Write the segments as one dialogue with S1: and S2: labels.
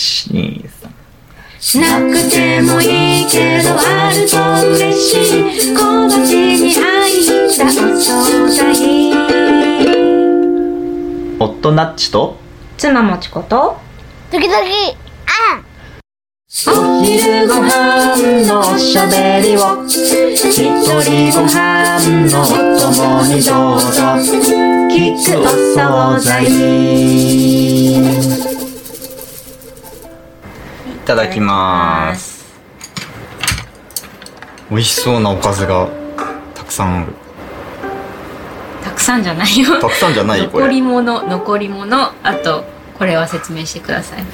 S1: 123
S2: しなくてもいいけどあると嬉しい小鉢に入ったお惣菜
S1: 夫ナッチと
S2: 妻もちこと
S3: 時々あん
S2: お昼ご飯のおしゃべりを一人ご飯のお供にどうぞ聞くお惣菜
S1: いただきます
S2: す
S1: 美味しそうなおかずがたくさんある
S2: たくさんじゃないよ
S1: たくさんじゃないこ
S2: 残り
S1: れ
S2: 物残り物あとこれは説明してください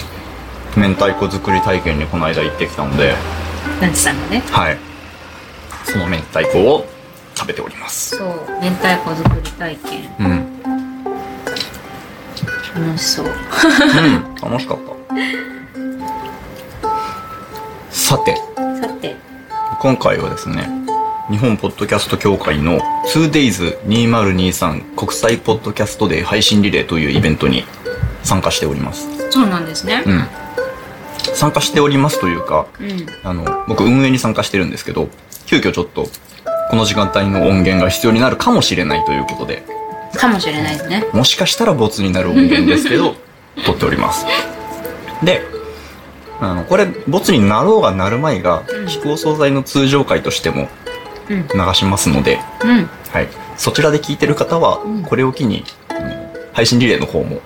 S1: 明太子作り体験にこの間行ってきたので
S2: なんちさんがね
S1: はいその明太子を食べております
S2: そう明太子作り体験
S1: うん、うん、
S2: 楽しそう
S1: 楽しかったさて
S2: さて
S1: 今回はですね日本ポッドキャスト協会の 2days2023 国際ポッドキャストデー配信リレーというイベントに参加しております
S2: そうなんですね
S1: うん参加しておりますというか
S2: うん
S1: あの僕運営に参加してるんですけど急遽ちょっとこの時間帯の音源が必要になるかもしれないということで
S2: かもしれないですね
S1: もしかしたらボツになる音源ですけ ど撮っておりますであのこれボツになろうがなるまいが
S2: うん
S1: 飛行惣菜の通常回としても
S2: うん
S1: 流しますので、
S2: うん
S1: はい、そちらで聞いてる方は
S2: うん
S1: これを機に、あの配信リレーの方も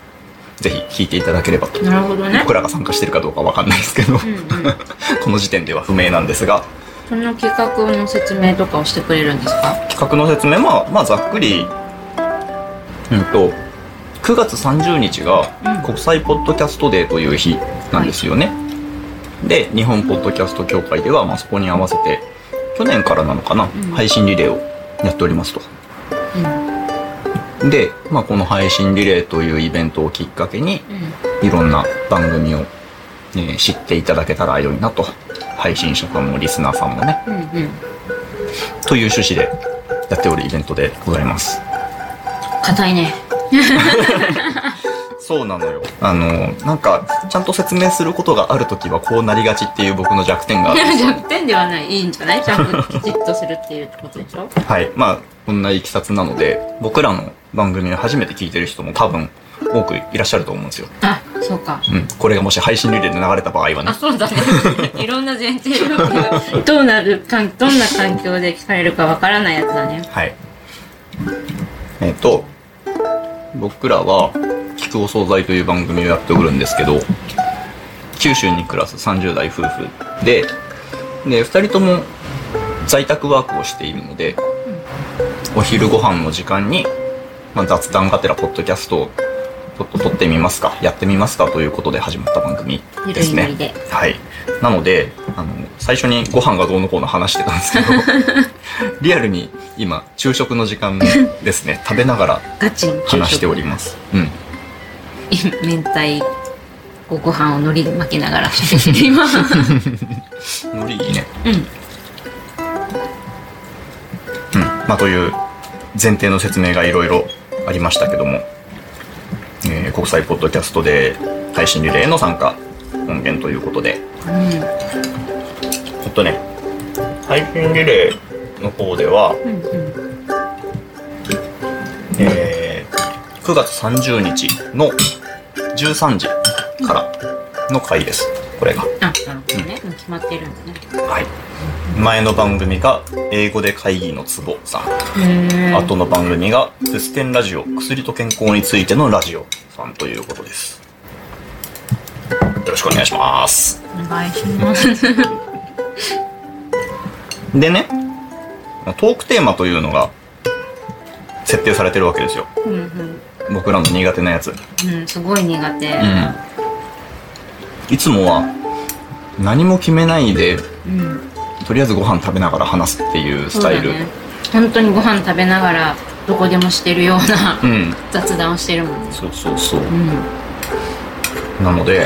S1: ぜひ聞いていただければと
S2: なるほどね
S1: 僕らが参加してるかどうかわかんないですけど、
S2: うんうん
S1: この時点では不明なんですが
S2: その企画の説明とかをしてくれるんですか
S1: 企画の説明まあまあざっくりうんと9月30日が
S2: うん
S1: 国際ポッドキャストデーという日なんですよね、で日本ポッドキャスト協会では、まあ、そこに合わせて去年からなのかな、
S2: ん
S1: 配信リレーをやっておりますと
S2: うんうん
S1: で、まあ、この配信リレーというイベントをきっかけにいろんな番組を、えー知っていただけたら良いなと配信者さんもリスナーさんもね
S2: うんうん
S1: という趣旨でやっておるイベントでございます
S2: 硬いね
S1: そうなのよ。あの、なんか、ちゃんと説明することがあるときはこうなりがちっていう僕の弱点がある。
S2: 弱点ではないいいんじゃないちゃんときちっとするっていうことでしょ
S1: はい。まあ、こんないきさつなので、僕らの番組を初めて聞いてる人も多分多くいらっしゃると思うんですよ。
S2: あそうか
S1: うん。これがもし配信リレーで流れた場合は
S2: あ、
S1: ね。
S2: そうだね。いろんな前提条件がどうなるかん、どんな環境で聞かれるかわからないやつだね。
S1: はい。えっ、と、僕らは、聞くお惣菜という番組をやっておるんですけど、九州に暮らす30代夫婦で、で、2人とも在宅ワークをしているので、お昼ご飯の時間に、まあ、雑談がてらポッドキャストをちょっと撮ってみますか、やってみますかということで始まった番組
S2: ゆ
S1: で
S2: るい
S1: す
S2: ノ
S1: ね
S2: リ。で。
S1: はい。なので、あの、最初にご飯がどうのこうの話してたんです けど、リアルに今、昼食の時間ですね、食べながら
S2: ガチン
S1: 話しております。うん。
S2: す。明太子ご飯を海苔で巻きながら喋っています。
S1: 海苔いいね。
S2: うん。
S1: うん。まあ、という前提の説明がいろいろありましたけども、えー国際ポッドキャストで配信リレーの参加音源ということで、ちょっとね、配信リレーの方では、
S2: うん。うん。
S1: えー9月30日の13時からの回です。これが。
S2: あ、なるほどね。もう決まってるんだね。
S1: はい。前の番組が英語で会議のツボさん。
S2: へー
S1: 後の番組がスステンラジオ、薬と健康についてのラジオさんということです。よろしくお願いします。
S2: お願いします。
S1: でね、トークテーマというのが設定されてるわけですよ。
S2: うんうん。
S1: 僕らの苦手なやつ。
S2: うん、すごい苦手。
S1: うん、いつもは何も決めないで
S2: うん。
S1: とりあえずご飯食べながら話すっていうス
S2: そう
S1: タイ
S2: だ
S1: ルう,、
S2: ね。本当にご飯食べながら、どこでもしてるような雑談をしてるもん
S1: ん
S2: ね。
S1: そうそうそう
S2: うん。
S1: なので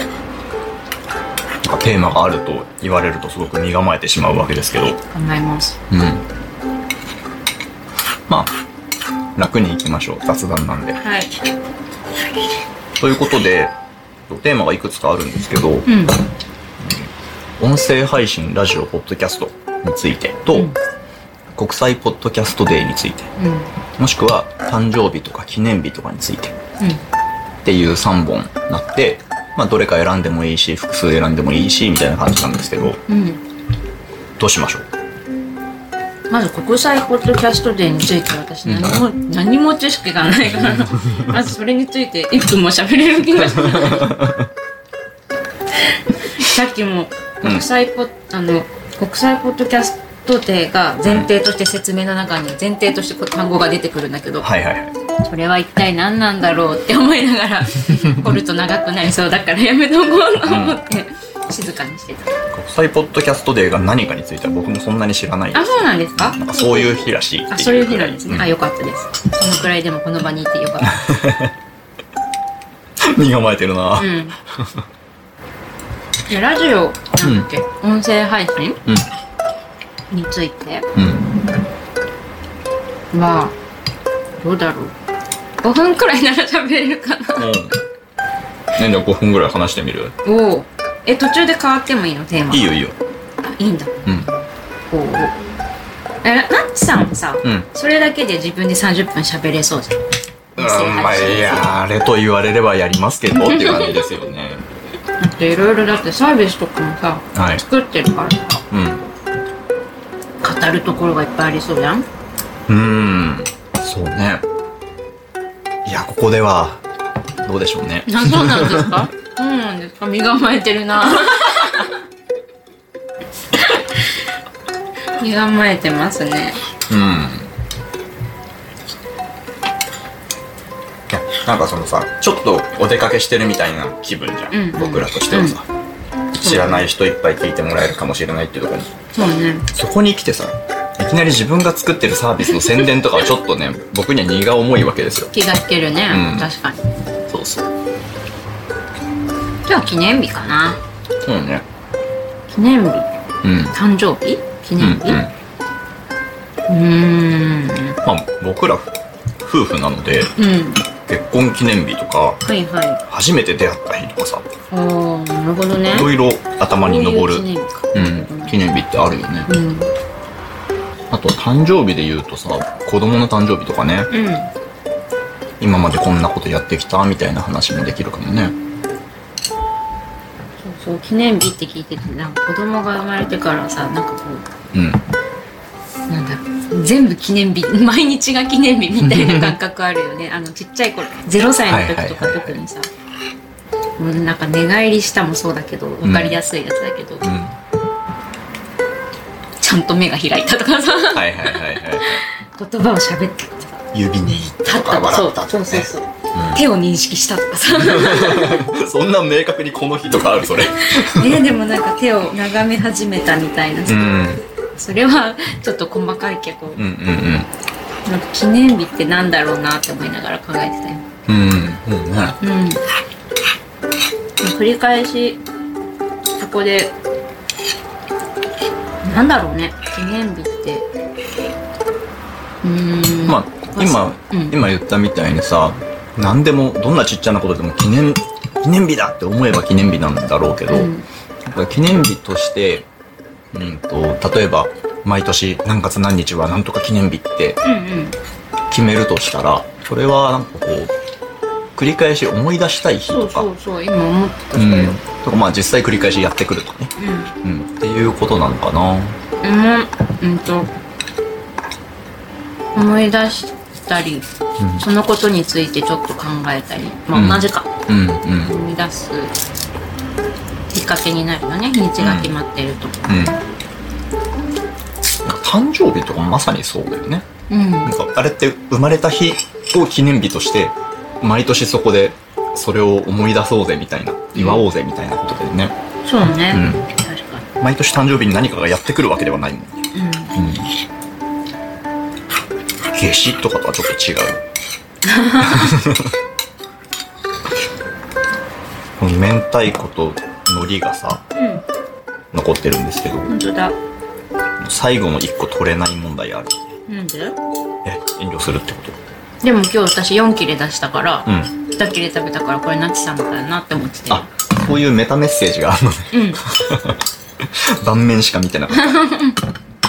S1: なんかテーマがあると言われるとすごく身構えてしまうわけですけど、うん、
S2: 考えます。
S1: まあ楽にいきましょう雑談なんで
S2: はい。
S1: ということでとテーマがいくつかあるんですけど、
S2: うん。
S1: 音声配信ラジオポッドキャストについてと、
S2: うん
S1: 国際ポッドキャストデーについて
S2: うん。
S1: もしくは誕生日とか記念日とかについてっていう3本なって、まあ、どれか選んでもいいし複数選んでもいいしみたいな感じなんですけど
S2: うん。うん。
S1: どうしましょう
S2: まず国際ポッドキャストデーについて私何も、何も知識がないから、まずそれについて一分も喋れる気がしない。さっきも国際ポ、あの、国際ポッドキャストデーが前提として説明の中に前提としてこう単語が出てくるんだけど、
S1: はいはいはい
S2: それは一体何なんだろうって思いながら掘ると長くなりそうだからやめとこうと思って静かにしてた
S1: 国際ポッドキャストデーが何かについては僕もそんなに知らない
S2: あそうなんですか
S1: なんかそういう日らしいって
S2: あそういう日なんですね、
S1: う
S2: あよかったですそのくらいでもこの場にいてよかっ
S1: 身構えてるな
S2: たうんでラジオなんだっけ、音声配信
S1: うん
S2: について
S1: うん
S2: はどうだろう5分くらいなら喋れるかな
S1: うんねじゃあ5分ぐらい話してみる
S2: おおえ途中で変わってもいいのテーマ
S1: いいよいいよ
S2: あいいんだ
S1: うん
S2: おおえなっちさんもさ、
S1: うん
S2: それだけで自分で30分喋れそうじゃん
S1: うんまあいやあれと言われればやりますけどっていう感じですよね
S2: だっていろいろだってサービスとかもさ、
S1: はい
S2: 作ってるからさ
S1: うん
S2: 語るところがいっぱいありそうじゃん
S1: うんそうねいやここではどうでしょうね
S2: なそうなんですかそうなんですか身構えてる な身構えてますね
S1: うんいやなんかそのさちょっとお出かけしてるみたいな気分じゃん、
S2: うんうん
S1: 僕らとしてはさ、知らない人いっぱい聞いてもらえるかもしれないっていうところに
S2: そうね
S1: そこに来てさいきなり自分が作ってるサービスの宣伝とかはちょっとね 僕には荷が重いわけですよ
S2: 気が引けるね、
S1: うん
S2: 確かに
S1: そうそう
S2: 今日は記念日かな
S1: そうね
S2: 記念日
S1: うんうん
S2: 誕生日記
S1: うん
S2: 念日
S1: ま
S2: うん
S1: あ僕ら夫婦なので
S2: うん
S1: 結婚記念日とか
S2: はいはい
S1: 初めて出会った日とかさ
S2: おーなるほどね
S1: いろいろ頭に上る
S2: こういう
S1: うん、
S2: 記念日か
S1: 記念日ってあるよね、
S2: うん
S1: あと誕生日で言うとさ子供の誕生日とかね
S2: うん
S1: 今までこんなことやってきたみたいな話もできるかもね
S2: そうそう記念日って聞いててなんか子供が生まれてからさなんかこ
S1: うん
S2: うなんだろう全部記念日 毎日が記念日みたいな感覚あるよ ねあのちっちゃい頃0歳の時と
S1: は
S2: か
S1: いはいはいはい
S2: 特にさもうなんか寝返りしたもそうだけど分かりやすいやつだけど、
S1: うん
S2: ちゃんと目が開いたと かさ
S1: はいはいはい はい
S2: 言葉を喋ったとかさ
S1: 指に
S2: 立ったとかそうそうそうそう、手を認識したと かさ
S1: そんな明確にこの日とかあるそれ
S2: ねでもなんか手を眺め始めたみたいな
S1: う
S2: さ、
S1: ん
S2: それはちょっと細かいけど、
S1: うんうん
S2: なんか記念日ってなんだろうなって思いながら考えてたよ。
S1: うんうんうんね
S2: うん。繰り返し、そこで、なんだろうね、記念日って。うーん。
S1: まあ今、
S2: うん
S1: 今言ったみたいにさ何でもどんなちっちゃなことでも記念記念日だって思えば記念日なんだろうけど、
S2: うん
S1: だから記念日として、うん、と例えば毎年何月何日は何とか記念日って
S2: うんうん。
S1: 決めるとしたらそれはなんかこう繰り返し思い出したい日
S2: そ
S1: と
S2: う
S1: か
S2: そうそう、今思ってた
S1: う
S2: それ
S1: ん
S2: を。
S1: とかまあ実際繰り返しやってくるとかね、うん、っていうことなのかな
S2: うん。うんと、思い出したり、そのことについてちょっと考えたり、ま
S1: うん
S2: あ同じか。
S1: うんうん
S2: 生み出すきっかけになるよね日にちが決まってると
S1: うんなんか誕生日とかまさにそうだよね
S2: うん、
S1: なんかあれって生まれた日を記念日として毎年そこでそれを思い出そうぜみたいな祝おうぜみたいなことでね、
S2: そうね、
S1: うん
S2: 確か
S1: 毎年誕生日に何かがやってくるわけではないもんね
S2: に、うん、
S1: うん夏至とかとはちょっと違う この明太子と海苔がさ、
S2: ん
S1: 残ってるんですけど
S2: 本当だ
S1: 最後の1個取れない問題ある
S2: なんで
S1: え遠慮するってこと
S2: でも今日私4切れ出したから、
S1: うん
S2: だけで食べたからこれなちさんのかなって思ってて
S1: あそういうメタメッセージがあるのね
S2: うん
S1: 盤面しか見てなかっ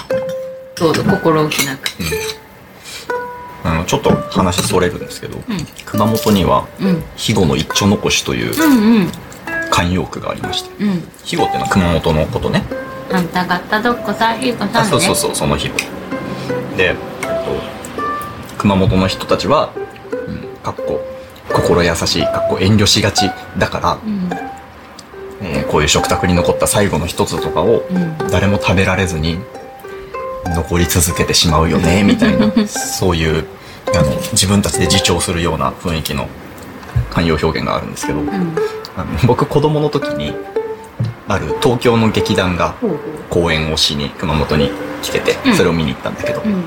S2: そう心置きなく
S1: たあのちょっと話それるんですけど、熊本には
S2: うん
S1: 肥後の一丁残しという
S2: うんうん
S1: 慣用句がありまして
S2: うん
S1: 肥後ってのは熊本のことね
S2: あんたがったどっこさひいこさんね
S1: あそうそうそうその日をで、えっと、熊本の人たちは、うん、かっこ心優しいかっこ遠慮しがちだから、
S2: うん
S1: えーこういう食卓に残った最後の一つとかを
S2: うん
S1: 誰も食べられずに残り続けてしまうよ ねみたいなそういうあの自分たちで自重するような雰囲気の寛容表現があるんですけど、
S2: うん
S1: あの僕子供の時にある東京の劇団が
S2: ほう
S1: 公演をしに熊本に来てて
S2: うん
S1: それを見に行ったんだけど、
S2: ほううん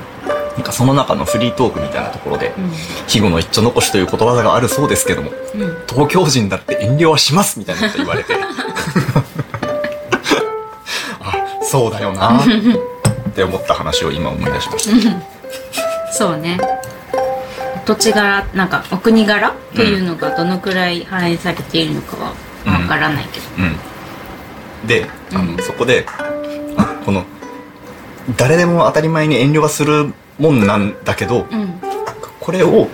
S1: なんかその中のフリートークみたいなところで
S2: うん
S1: 「肥後の一丁残し」ということわざがあるそうですけども
S2: うん
S1: 東京人だって遠慮はしますみたいなこと言われ てあそうだよなって思った話を今思い出しました
S2: そうね土地柄なんかお国柄というのがどのくらい反映されているのかはわからないけど、
S1: うんであ
S2: う
S1: の
S2: ん
S1: そこであこの誰でも当たり前に遠慮はするもんなんだけど
S2: うん
S1: これを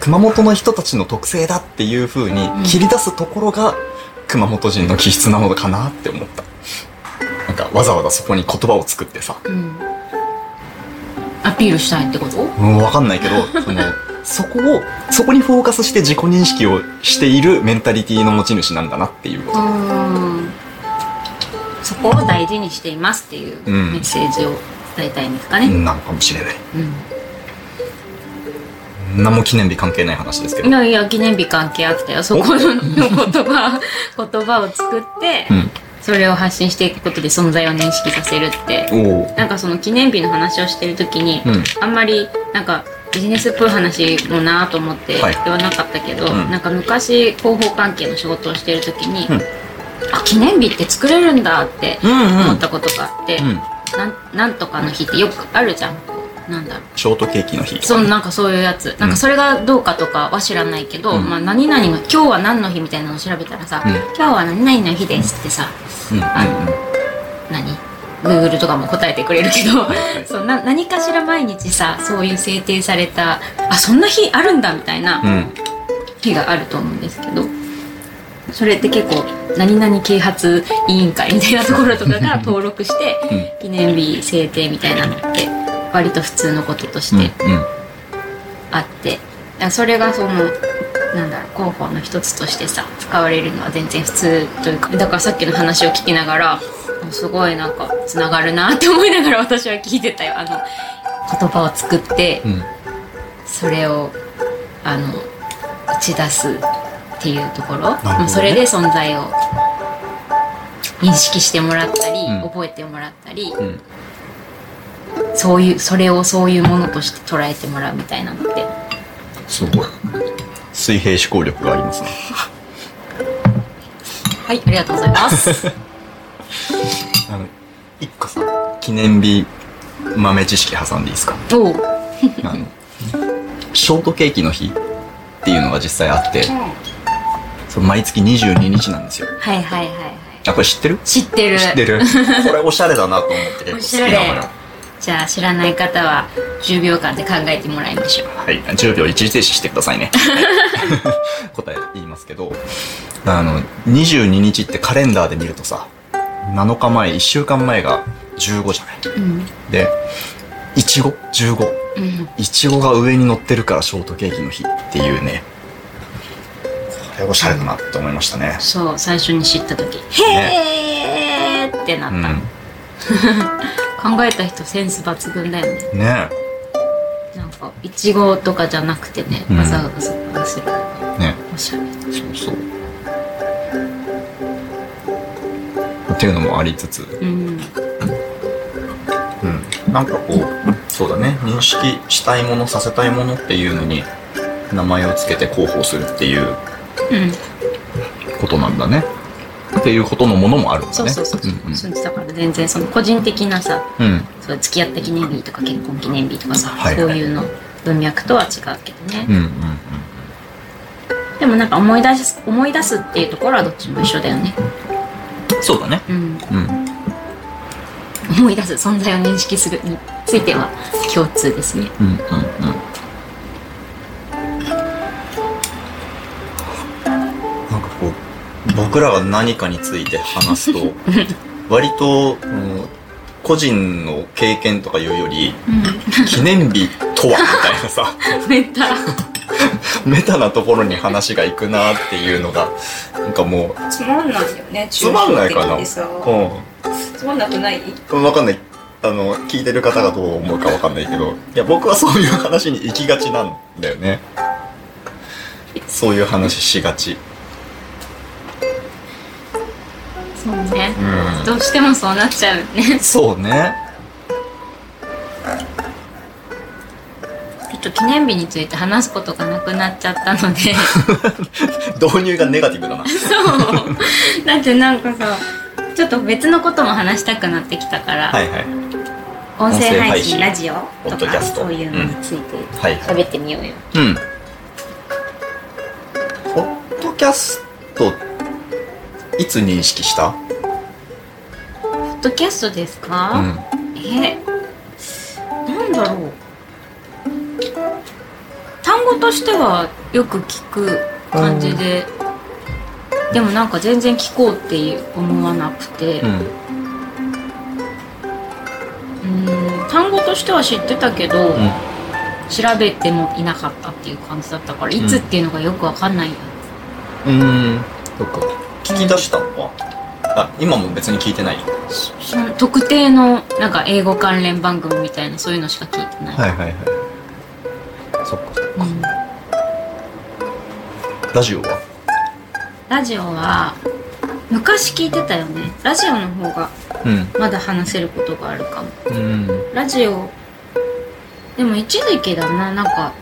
S1: 熊本の人たちの特性だっていう風に切り出すところが熊本人の気質なのかなって思ったなんかわざわざそこに言葉を作ってさ
S2: うんアピールしたいってこと
S1: うん、わかんないけ ど、その、そこを、そこにフォーカスして自己認識をしているメンタリティの持ち主なんだなっていうこと。
S2: うんそこを大事にしていますっていう
S1: うん
S2: メッセージを伝えたいんですかね、
S1: なのかもしれない。
S2: うん
S1: 何も記念日関係ない話ですけど。
S2: いうやいや記念日関係あったよそこの言葉 言葉を作って、
S1: ん。
S2: それを発信していくことで存在を認識させるって
S1: おお。
S2: なんかその記念日の話をしてる時に、
S1: うん
S2: あんまりなんかビジネスっぽい話もなぁと思って言
S1: はい
S2: わなかったけど、
S1: うん
S2: なんか昔広報関係の仕事をしてる時に、
S1: うん
S2: あ記念日って作れるんだって
S1: うんう
S2: 思っ
S1: ん。
S2: たことがあって、なんなんとかの日ってよくあるじゃんこうなんだろう
S1: ショートケーキの日。
S2: そうなんかそういうやつなんかそれがどうかとかは知らないけど、
S1: うん
S2: まあ、何々の今日は何の日みたいなのを調べたらさ、
S1: うん
S2: 今日は何々の日ですってさ
S1: うん。うん。
S2: 何 Google とかも答えてくれるけど そうな何かしら毎日さそういう制定されたあそんな日あるんだみたいな
S1: うん。うん。
S2: 日があると思うんですけどそれって結構何々啓発委員会みたいなところとかが登録して、
S1: うん
S2: 記念日制定みたいなのって割と普通のこととして
S1: うん。
S2: あって、あそれがそのなんだろう広報の一つとしてさ使われるのは全然普通というかだからさっきの話を聞きながらあすごいなんかつながるなって思いながら私は聞いてたよあの言葉を作って
S1: うん。
S2: それをあの打ち出すっていうとこ
S1: ほ
S2: ろ、
S1: どね
S2: まあそれで存在を認識してもらったり、
S1: うん
S2: 覚えてもらったり、
S1: うん。
S2: そういうそれをそういうものとして捉えてもらうみたいなのって
S1: すごい。水平思考力がありますね。
S2: はいありがとうございます
S1: あの、一個さ、記念日豆知識挟んでいいですか
S2: おう
S1: あの、ショートケーキの日っていうのが実際あって、その毎月22日なんですよ。
S2: はいはいはいはい
S1: あ、これ知ってる
S2: 知ってる
S1: 知ってる。 これおしゃれだなと思って結構好きなの
S2: おしゃ
S1: よ
S2: れ。じゃあ知らない方は10秒間で考えてもらいましょう
S1: はい、10秒一時停止してくださいね。はい 答え言いますけど、あの、22日ってカレンダーで見るとさ、7日前、1週間前が15じゃない。
S2: うん
S1: で、いちご、15。
S2: うん
S1: いちごが上に乗ってるからショートケーキの日っていうね、これおしゃれだなって思いましたね。
S2: そう最初に知った時「へー!」ってな
S1: う
S2: っ
S1: ん
S2: た、。考えた人センス抜群だよね
S1: ね
S2: なんかいちごとかじゃなくてね
S1: うん
S2: わざわざそこにする
S1: え、ね
S2: おしゃれ
S1: え、そうそう。っていうのもありつつ、
S2: うん
S1: うん、なんかこうそうだね認識したいものさせたいものっていうのに名前をつけて広報するっていう
S2: うん
S1: ことなんだねっていうことのものもあるんだ
S2: そう
S1: ね
S2: そうそう、
S1: んうん
S2: そうだから全然その個人的なさ
S1: うん
S2: そう付き合った記念日とか結婚記念日とかさ、
S1: はい
S2: そういうの文脈とは違うけどね、
S1: うんうんうん
S2: でもなんか思い出す思い出すっていうところはどっちも一緒だよね、
S1: そうだね
S2: うん、
S1: うん
S2: 思い出す存在を認識するについては共通ですね
S1: うんうんうんなんかこう僕らが何かについて話すと 割と、うん個人の経験とかいうより記念日とはみたいな さ
S2: メタ
S1: メタなところに話がいくなっていうのがなんかもう
S4: つまんないよね
S1: つまんない
S4: 抽
S1: か
S4: 象
S1: な
S4: 的にさ
S1: う
S4: つまんなくない
S1: ん分かんないあの聞いてる方がどう思うか分かんないけどいや僕はそういう話に行きがちなんだよねそういう話しがち
S2: そうね
S1: うん
S2: どうしてもそうなっちゃうね
S1: そうね
S2: ちょっと記念日について話すことがなくなっちゃったの で
S1: 導入がネガティブだな
S2: そうだってなんかさちょっと別のことも話したくなってきたから、
S1: はいはい
S2: 音声
S1: 音声配
S2: 配
S1: 信
S2: 信ラジオ
S1: ポッ
S2: と
S1: ドキャ
S2: か
S1: スト
S2: そういうのについて
S1: はいはい
S2: 喋ってみようよ、
S1: うんポッドキャストいつ認識した
S2: ポッドキャストです
S1: う
S2: か、
S1: ん
S2: えなんだろう単語としてはよく聞く感じで、でもなんか全然聞こうって思わなくて、
S1: う
S2: うんん単語としては知ってたけど、
S1: うん
S2: 調べてもいなかったっていう感じだったからいつっていうのがよくわかんないよ、
S1: うんそっか聞き出したのはあ今も別に聞いてない
S2: その特定のなんか英語関連番組みたいなそういうのしか聞いてない、
S1: いはいはいそっかそっ
S2: うん
S1: かラジオは
S2: ラジオは昔聞いてたよねラジオの方が
S1: うん
S2: まだ話せることがあるかも
S1: うん
S2: ラジオでも一時期だななんか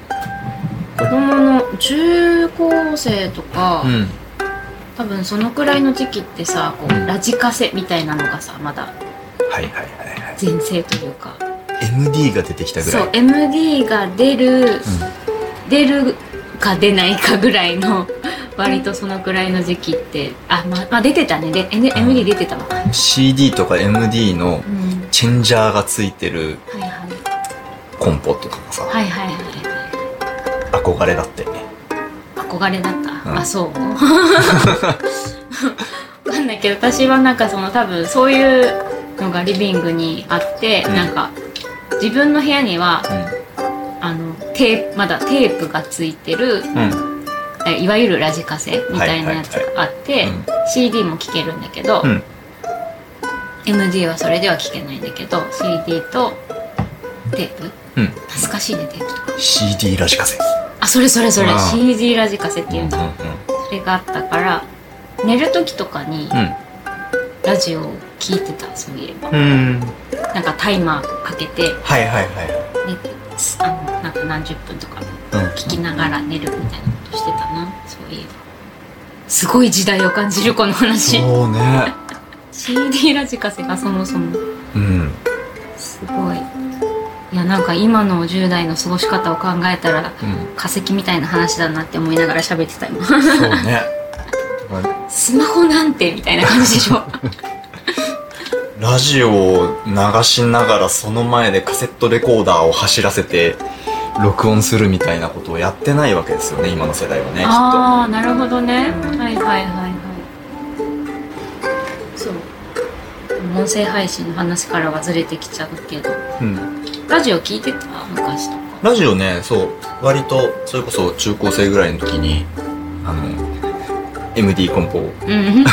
S2: 子供の中高生とか、
S1: うん
S2: 多分そのくらいの時期ってさこう
S1: うん
S2: ラジカセみたいなのがさまだ
S1: はいはいはいはい
S2: 全盛というか
S1: MD が出てきたぐら
S2: そ
S1: いう
S2: MD が出る、出るか出ないかぐらいの 割とそのくらいの時期ってあままあ出てたねで MD 出てたわ、
S1: CD とか MD の
S2: うん
S1: チェンジャーがついてる
S2: はいはい
S1: コンポとかがさ
S2: はいはいはい
S1: 憧れだったよね
S2: 憧れだった、
S1: うん
S2: あそう わかんないけど私はなんかその多分そういうのがリビングにあって、
S1: うん
S2: なんか自分の部屋にはあのテープまだテープがついて
S1: う
S2: る
S1: んうん
S2: えいわゆるラジカセみたいなやつ
S1: はいは
S2: があって、
S1: うん
S2: CD も聴けるんだけど、
S1: うん
S2: MD はそれでは聴けないんだけど CD とテープ
S1: うん
S2: 懐かしいねテープとか
S1: CD ラジカセ
S2: あそれそれそれ
S1: あー
S2: CD ラジカセっていう
S1: うんん
S2: だ、それがあったから寝る時とかにラジオを聞いてたそういえば
S1: うん
S2: なんかタイマーかけて
S1: はいはいはい
S2: 寝てあのなんか何十分とか
S1: うん
S2: 聞きながら寝るみたいなことしてたなそういえばすごい時代を感じるこの話
S1: そうね
S2: CD ラジカセがそもそも
S1: うん
S2: すごいいやなんか今の10代の過ごし方を考えたら
S1: うん
S2: 化石みたいな話だなって思いながら喋ってた今
S1: そう ね
S2: スマホなんてみたいな感じでしょ
S1: ラジオを流しながらその前でカセットレコーダーを走らせて録音するみたいなことをやってないわけですよね今の世代はねきっと
S2: ああなるほどねはいはいはいはいそう音声配信の話からはずれてきちゃうけど
S1: うん、
S2: ラジオ聞いてた昔とか
S1: ラジオねそう割とそれこそ中高生ぐらいの時にあの MD コンポ
S2: うん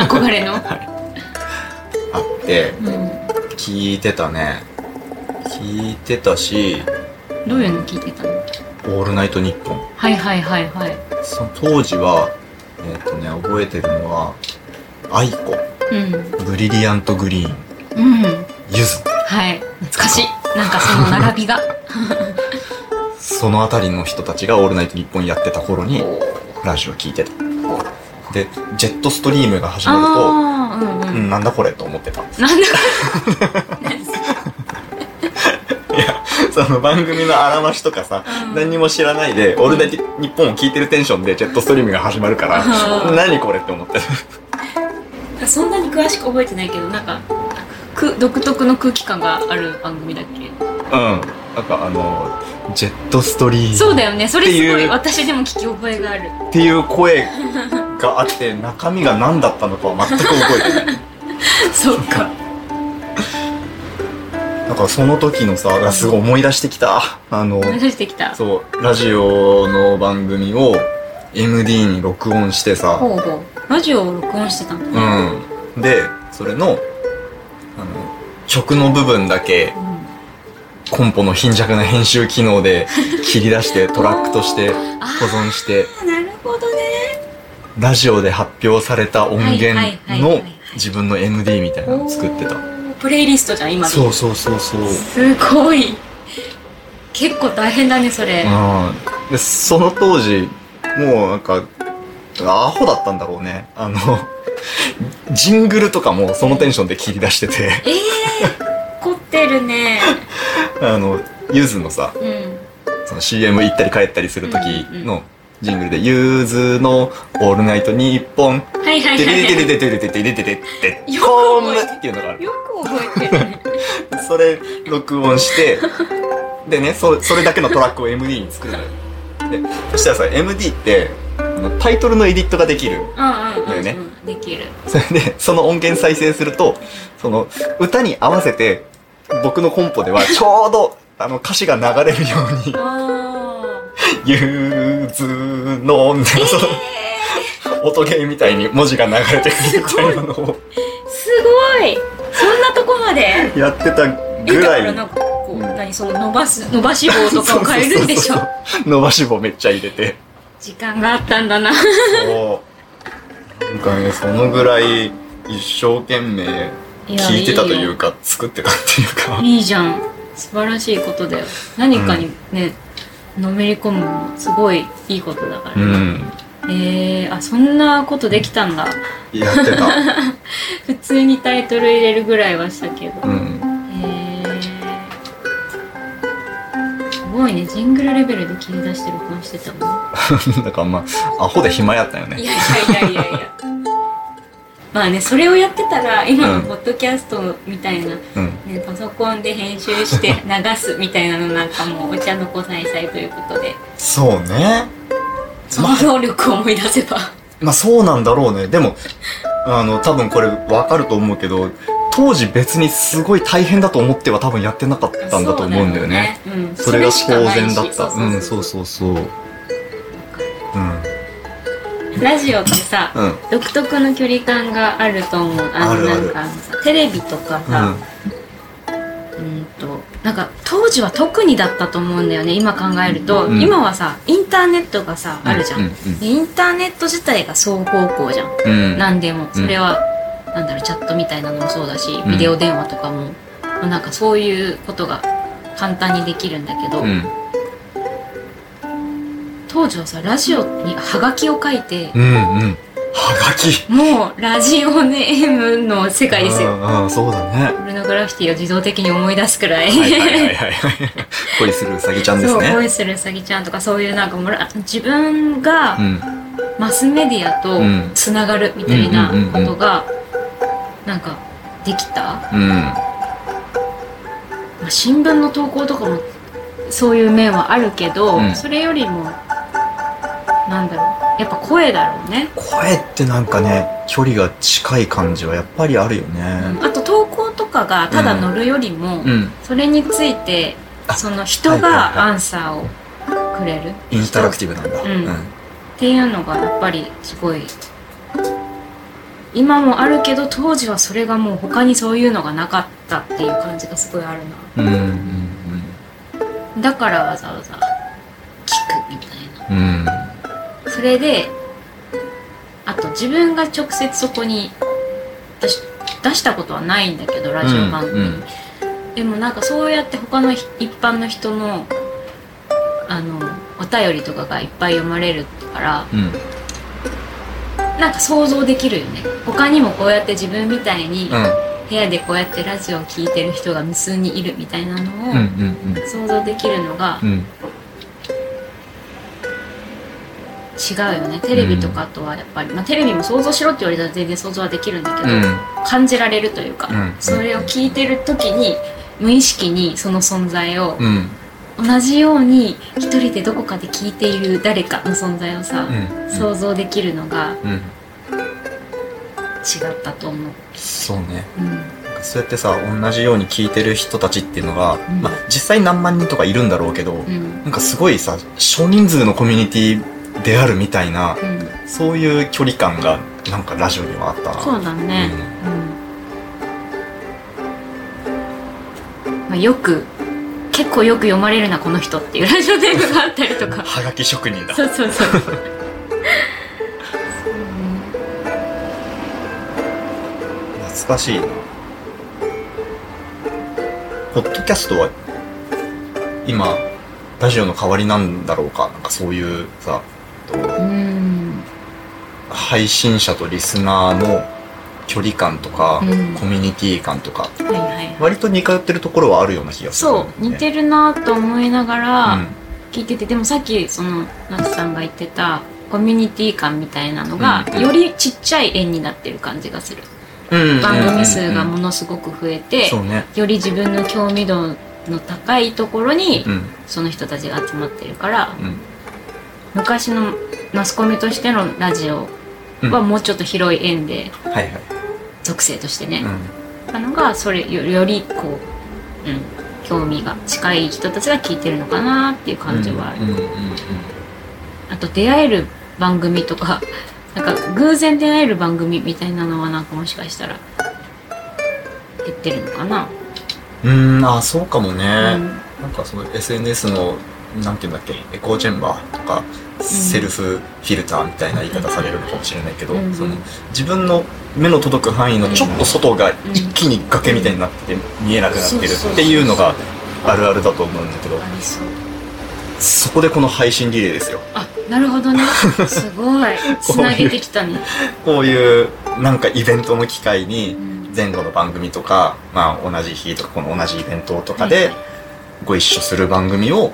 S2: 憧 れの
S1: あって
S2: うん
S1: 聞いてたね聞いてたし
S2: どういうの聞いてたの
S1: 「オールナイトニッポン
S2: はいはいはいはい」
S1: その当時はえっ、とね覚えてるのは「アイコ」
S2: うん
S1: 「ブリリアントグリーン」
S2: うん
S1: 「ゆず」
S2: はい懐かしいなんかその並び が
S1: そのあたりの人たちが「オールナイトニッポン」やってた頃にラジオ聞いてたでジェットストリームが始まると
S2: ああうんうん、
S1: うん、なんだこれと思ってた。
S2: なんだ
S1: その番組のあらましとかさ、何にも知らないで、俺だけ日本を聞いてるテンションでジェットストリームが始まるから、
S2: うん
S1: 何これって思ってる。
S2: そんなに詳しく覚えてないけどなんかく独特の空気感がある番組だっけ
S1: うん。なんかあの、ジェットストリーム。
S2: そうだよねそれ
S1: って
S2: すご
S1: い
S2: いう私でも聞き覚えがあ る
S1: っていう声があって中身が何だったのかは全く覚えてない
S2: そうか
S1: なんかその時のさあすごい思い出してきたあの
S2: 思い出してきた
S1: そうラジオの番組を MD に録音してさ
S2: ほうほうラジオを録音してたんだね
S1: うんでそれのあの曲の部分だけコンポの貧弱な編集機能で 切り出してトラックとして保存して
S2: あなるほどね
S1: ラジオで発表された音源
S2: はいはいはいはいは
S1: の
S2: い
S1: 自分の MD みたいなのを作ってた
S2: プレイリストじゃん今の
S1: そうそうそうそう
S2: すごい結構大変だねそれ、
S1: うん、でその当時もうなんかアホだったんだろうねあのジングルとかもそのテンションで切り出してて
S2: ええー、凝ってるね
S1: あのゆずのさ
S2: うん
S1: その CM 行ったり帰ったりする時
S2: うんうん
S1: のジングルで「ゆずのオールナイトニッポン」
S2: はい
S1: 「
S2: はい
S1: テレ
S2: は
S1: テレテレテレテレテレテレ
S2: よく
S1: コーン
S2: 覚えてる」
S1: っていうのがあ
S2: い
S1: る
S2: よく覚え てるね
S1: それ録音してでねそそれだけのトラックを MD に作るのよでそしたらさ MD ってあのタイトルのエディットができる
S2: うんうんうん、うん、
S1: だよね
S2: で きる
S1: それで、その音源再生すると、その、歌に合わせて、僕のコンポではちょうど、 あの、歌詞が流れるように、
S2: あ
S1: ゆずの、みたいな、その、音ゲーみたいに文字が流れてくるみたいなのを
S2: ーすごいそんなとこまで
S1: やってた
S2: え
S1: ぐら
S2: だから
S1: い。
S2: なんかこう、
S1: うん
S2: 何その伸ばす伸ばし棒とかを変えるんでしょ
S1: そうそうそうそう伸ばし棒めっちゃ入れて。
S2: 時間があったんだな
S1: そう。なんかね、そのぐらい、一生懸命、聞いてたというか、作ってたっていうか。
S2: いいじゃん素晴らしいことだよ何かにね、のめり込むのもすごいいいことだから
S1: う
S2: ね、
S1: ん。
S2: えー、あそんなことできたんだ
S1: やってた。
S2: 普通にタイトル入れるぐらいはしたけど、
S1: うん。
S2: えー、すごいねジングルレベルで切り出して録音してたもん
S1: だからまあ、アホで暇やったよ
S2: い
S1: ね。
S2: やいやいやいやいやまあねそれをやってたら今の
S1: うん
S2: ポッドキャストみたいな、
S1: うん。
S2: ね、パソコンで編集して流すみたいなのなんかもうお茶の子さいさいということで
S1: そうね。
S2: そ
S1: まあ、
S2: の能力を思い出せば
S1: まあそうなんだろうね。でも、あの、多分これわかると思うけど、当時別にすごい大変だと思っては多分やってなかったんだと思うんだよね。
S2: そうだよねうん、
S1: それが当然だっ
S2: しか
S1: た。
S2: ないし
S1: う、
S2: そう
S1: そうう
S2: んそそ
S1: そうそう。うん。
S2: うラジオってさ、
S1: うん
S2: 独特の距離感があると思うあ
S1: あ
S2: の
S1: るあ
S2: な
S1: る
S2: んかあのさテレビとか
S1: う
S2: さ、うんとなんか当時は特にだったと思うんだよね今考えると、
S1: うん
S2: 今はさインターネットがさあるじゃん、
S1: うんうん
S2: でインターネット自体が双方向じゃん、
S1: ん。うん。
S2: 何でもそれは、なんだろうチャットみたいなのもそうだしビデオ電話とかも、まあなんかそういうことが簡単にできるんだけど、
S1: うん。
S2: 当時はさラジオにハガキを書いて
S1: う、んうん。はがき。
S2: もうラジオネームの世界ですよ
S1: うんうん、そうだね。
S2: ポルノグラフィティを自動的に思い出すくらい
S1: はいはいはいはい。 恋するうさぎちゃんです
S2: そう
S1: ね。
S2: 恋するうさぎちゃんとかそういうなんかもら自分が
S1: うん。
S2: マスメディアと
S1: うん
S2: つながるみたいな
S1: うんうんうんう
S2: こ
S1: ん
S2: とがなんかできた
S1: うん。
S2: まあ新聞の投稿とかもそういう面はあるけど、
S1: うん
S2: それよりもなんだろうやっぱ声だろうね、
S1: 声ってなんかね距離が近い感じはやっぱりあるよね
S2: あと投稿とかがただ乗るよりも、
S1: ん
S2: それについて
S1: あ
S2: その人
S1: はいはいは
S2: が
S1: い
S2: アンサーをくれる
S1: インタラクティブなんだ
S2: うんっていうのがやっぱりすごい今もあるけど当時はそれがもう他にそういうのがなかったっていう感じがすごいある
S1: うんうん
S2: なだからわざわざ聞くみたいな
S1: うんうん
S2: それであと自分が直接そこに出し出したことはないんだけどラジオ番組、
S1: うん
S2: でもなんかそうやって他のひ一般の人のあのお便りとかがいっぱい読まれるから
S1: うん
S2: なんか想像できるよね他にもこうやって自分みたいに
S1: う
S2: 部屋でこうやってラジオを聴いてる人が無数にいるみたいなのを
S1: うんうん
S2: 想像できるのが
S1: うんうん
S2: 違うよね、テレビとかとはやっぱり、まあ、テレビも想像しろって言われたら全然想像はできるんだけど、
S1: うん
S2: 感じられるというか、
S1: うん
S2: それを聞いてる時に無意識にその存在を、
S1: うん
S2: 同じように一人でどこかで聞いている誰かの存在をさ、
S1: うん
S2: 想像できるのが
S1: うん
S2: 違ったと思う、
S1: そうね
S2: うん
S1: そうやってさ同じように聞いてる人たちっていうのが、
S2: ん
S1: まあ、実際何万人とかいるんだろうけど、
S2: うん
S1: なんかすごいさ少人数のコミュニティであるみたいな
S2: うん、
S1: そういう距離感がなんかラジオにはあったな
S2: そうだね、うんまあ、よく結構よく読まれるなこの人っていうラジオテープがあったり とか
S1: はがき職人だ
S2: そうそうそう そうね
S1: 懐かしいなポッドキャストは今ラジオの代わりなんだろうかなんかそういうさ
S2: うん
S1: 配信者とリスナーの距離感とか、
S2: うん
S1: コミュニティ感とか
S2: はいはい
S1: 割と似通ってるところはあるような気がする
S2: そ
S1: よね、
S2: う似てるなと思いながら、
S1: うん
S2: 聞いててでもさっきそのナツさんが言ってたコミュニティ感みたいなのが、
S1: うん
S2: よりちっちゃい円になってる感じがする、
S1: うん
S2: 番組数が
S1: うんうん
S2: ものすごく増え
S1: うん
S2: て、
S1: そうね
S2: より自分の興味度の高いところに、
S1: うん
S2: その人たちが集まってるから
S1: うん
S2: 昔のマスコミとしてのラジオ
S1: うん
S2: はもうちょっと広い円で
S1: はいはい
S2: 属性としてね、
S1: う
S2: なのがそれよよりこう、うん、興味が近い人たちが聞いてるのかなっていう感じはある。
S1: うんうんうん
S2: あと出会える番組とか、 なんか偶然出会える番組みたいなのはなんかもしかしたら減ってるのか
S1: う
S2: な。
S1: んうんあそうかもね、
S2: うん
S1: なんかその SNS のなんていうんだっけエコーチェンバーとか、セルフフィルターみたいな言い方されるのかもしれないけど、
S2: うん
S1: その自分の目の届く範囲のちょっと外が一気に崖みたいになって見えなくなってるっていうのがあるあるだと思うんだけど
S2: ありそう。
S1: そこでこの配信リレーですよ
S2: あ、なるほ どね。すごい。つなげてきたね。
S1: こういうなんかイベントの機会に
S2: ん
S1: 前後の番組とか、まあ、同じ日とかこの同じイベントとかで
S2: はい
S1: ご一緒する番組を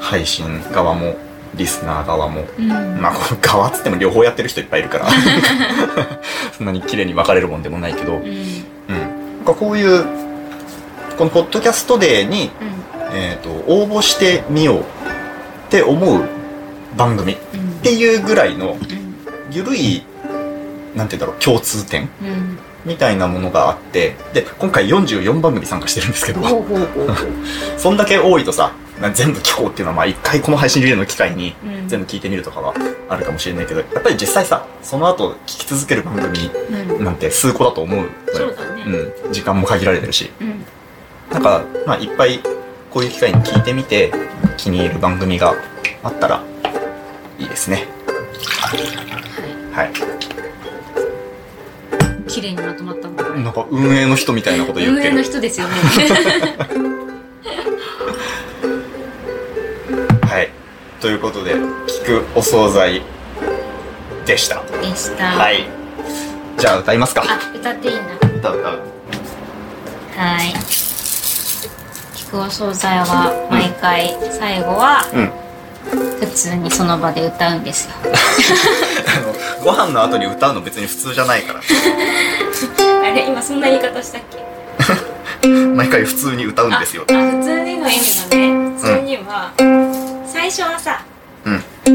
S1: 配信側もリスナー側も、
S2: うん。
S1: まあこの側っつっても両方やってる人いっぱいいる からそんなに綺麗に分かれるもんでもないけど、うん、
S2: うん。うん。
S1: なんかこういうこのポッドキャストデーに、えー、と応募してみようって思う番組っ
S2: うん。
S1: ていうぐらいの
S2: うん
S1: 緩いなんて言うんだろう共通点
S2: うん。
S1: みたいなものがあってで今回44番組参加してるんですけど
S2: ほうほうほうほう。
S1: そんだけ多いとさな全部聞こうっていうのはまあ一回この配信リレーの機会に
S2: うん
S1: 全部聞いてみるとかはあるかもしれないけどやっぱり実際さその後聞き続ける番組
S2: なる
S1: なんて数個だと思うの
S2: そ
S1: よ
S2: うだね。
S1: うん、時間も限られてるし
S2: うん。
S1: なんか、まあ、いっぱいこういう機会に聞いてみて気に入る番組があったらいいですね
S2: は
S1: はい
S2: い。綺麗にまとまったんだ。
S1: なんか運営の人みたいなこと言っ
S2: 運
S1: て
S2: 営の
S1: る
S2: 人ですよね。
S1: はいということで聞くお惣菜でした
S2: でした。
S1: はい。じゃあ歌いますか。
S2: あ、歌っていいんだ。
S1: 歌う歌う。
S2: はい。菊お惣菜は毎回最後は
S1: うん。
S2: 普通にその場で歌うんですよ。
S1: あのご飯の後に歌うの別に普通じゃないから。
S4: あれ今そんな言い方したっけ
S1: 毎回普通に歌うんですよ。
S4: あ普通にの意味だね普通には、最初はさ、オープ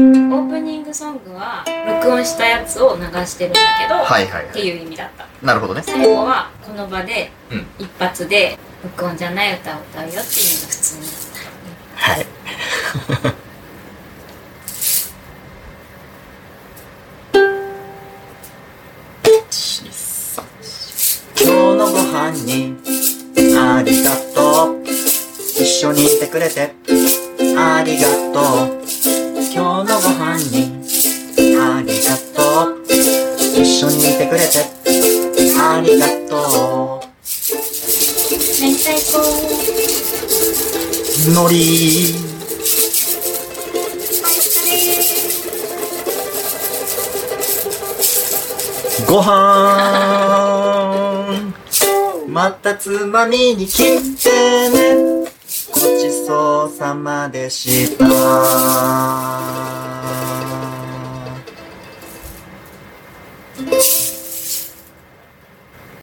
S4: ニングソングは録音したやつを流してるんだけど、
S1: はいはい
S4: っ
S1: は
S4: て
S1: い。
S4: いう意味だった
S1: なるほどね。
S4: 最後はこの場で
S1: うん
S4: 一発で録音じゃない歌を歌うよっていうのが普通にだった
S1: はい。
S5: 今日のご飯にありがとう一緒にいてくれてありがとう今日のご飯にありがとう一緒にいてくれてありがとう
S4: 明太子
S5: のり
S1: ご飯またつまみに来てねごちそうさまでした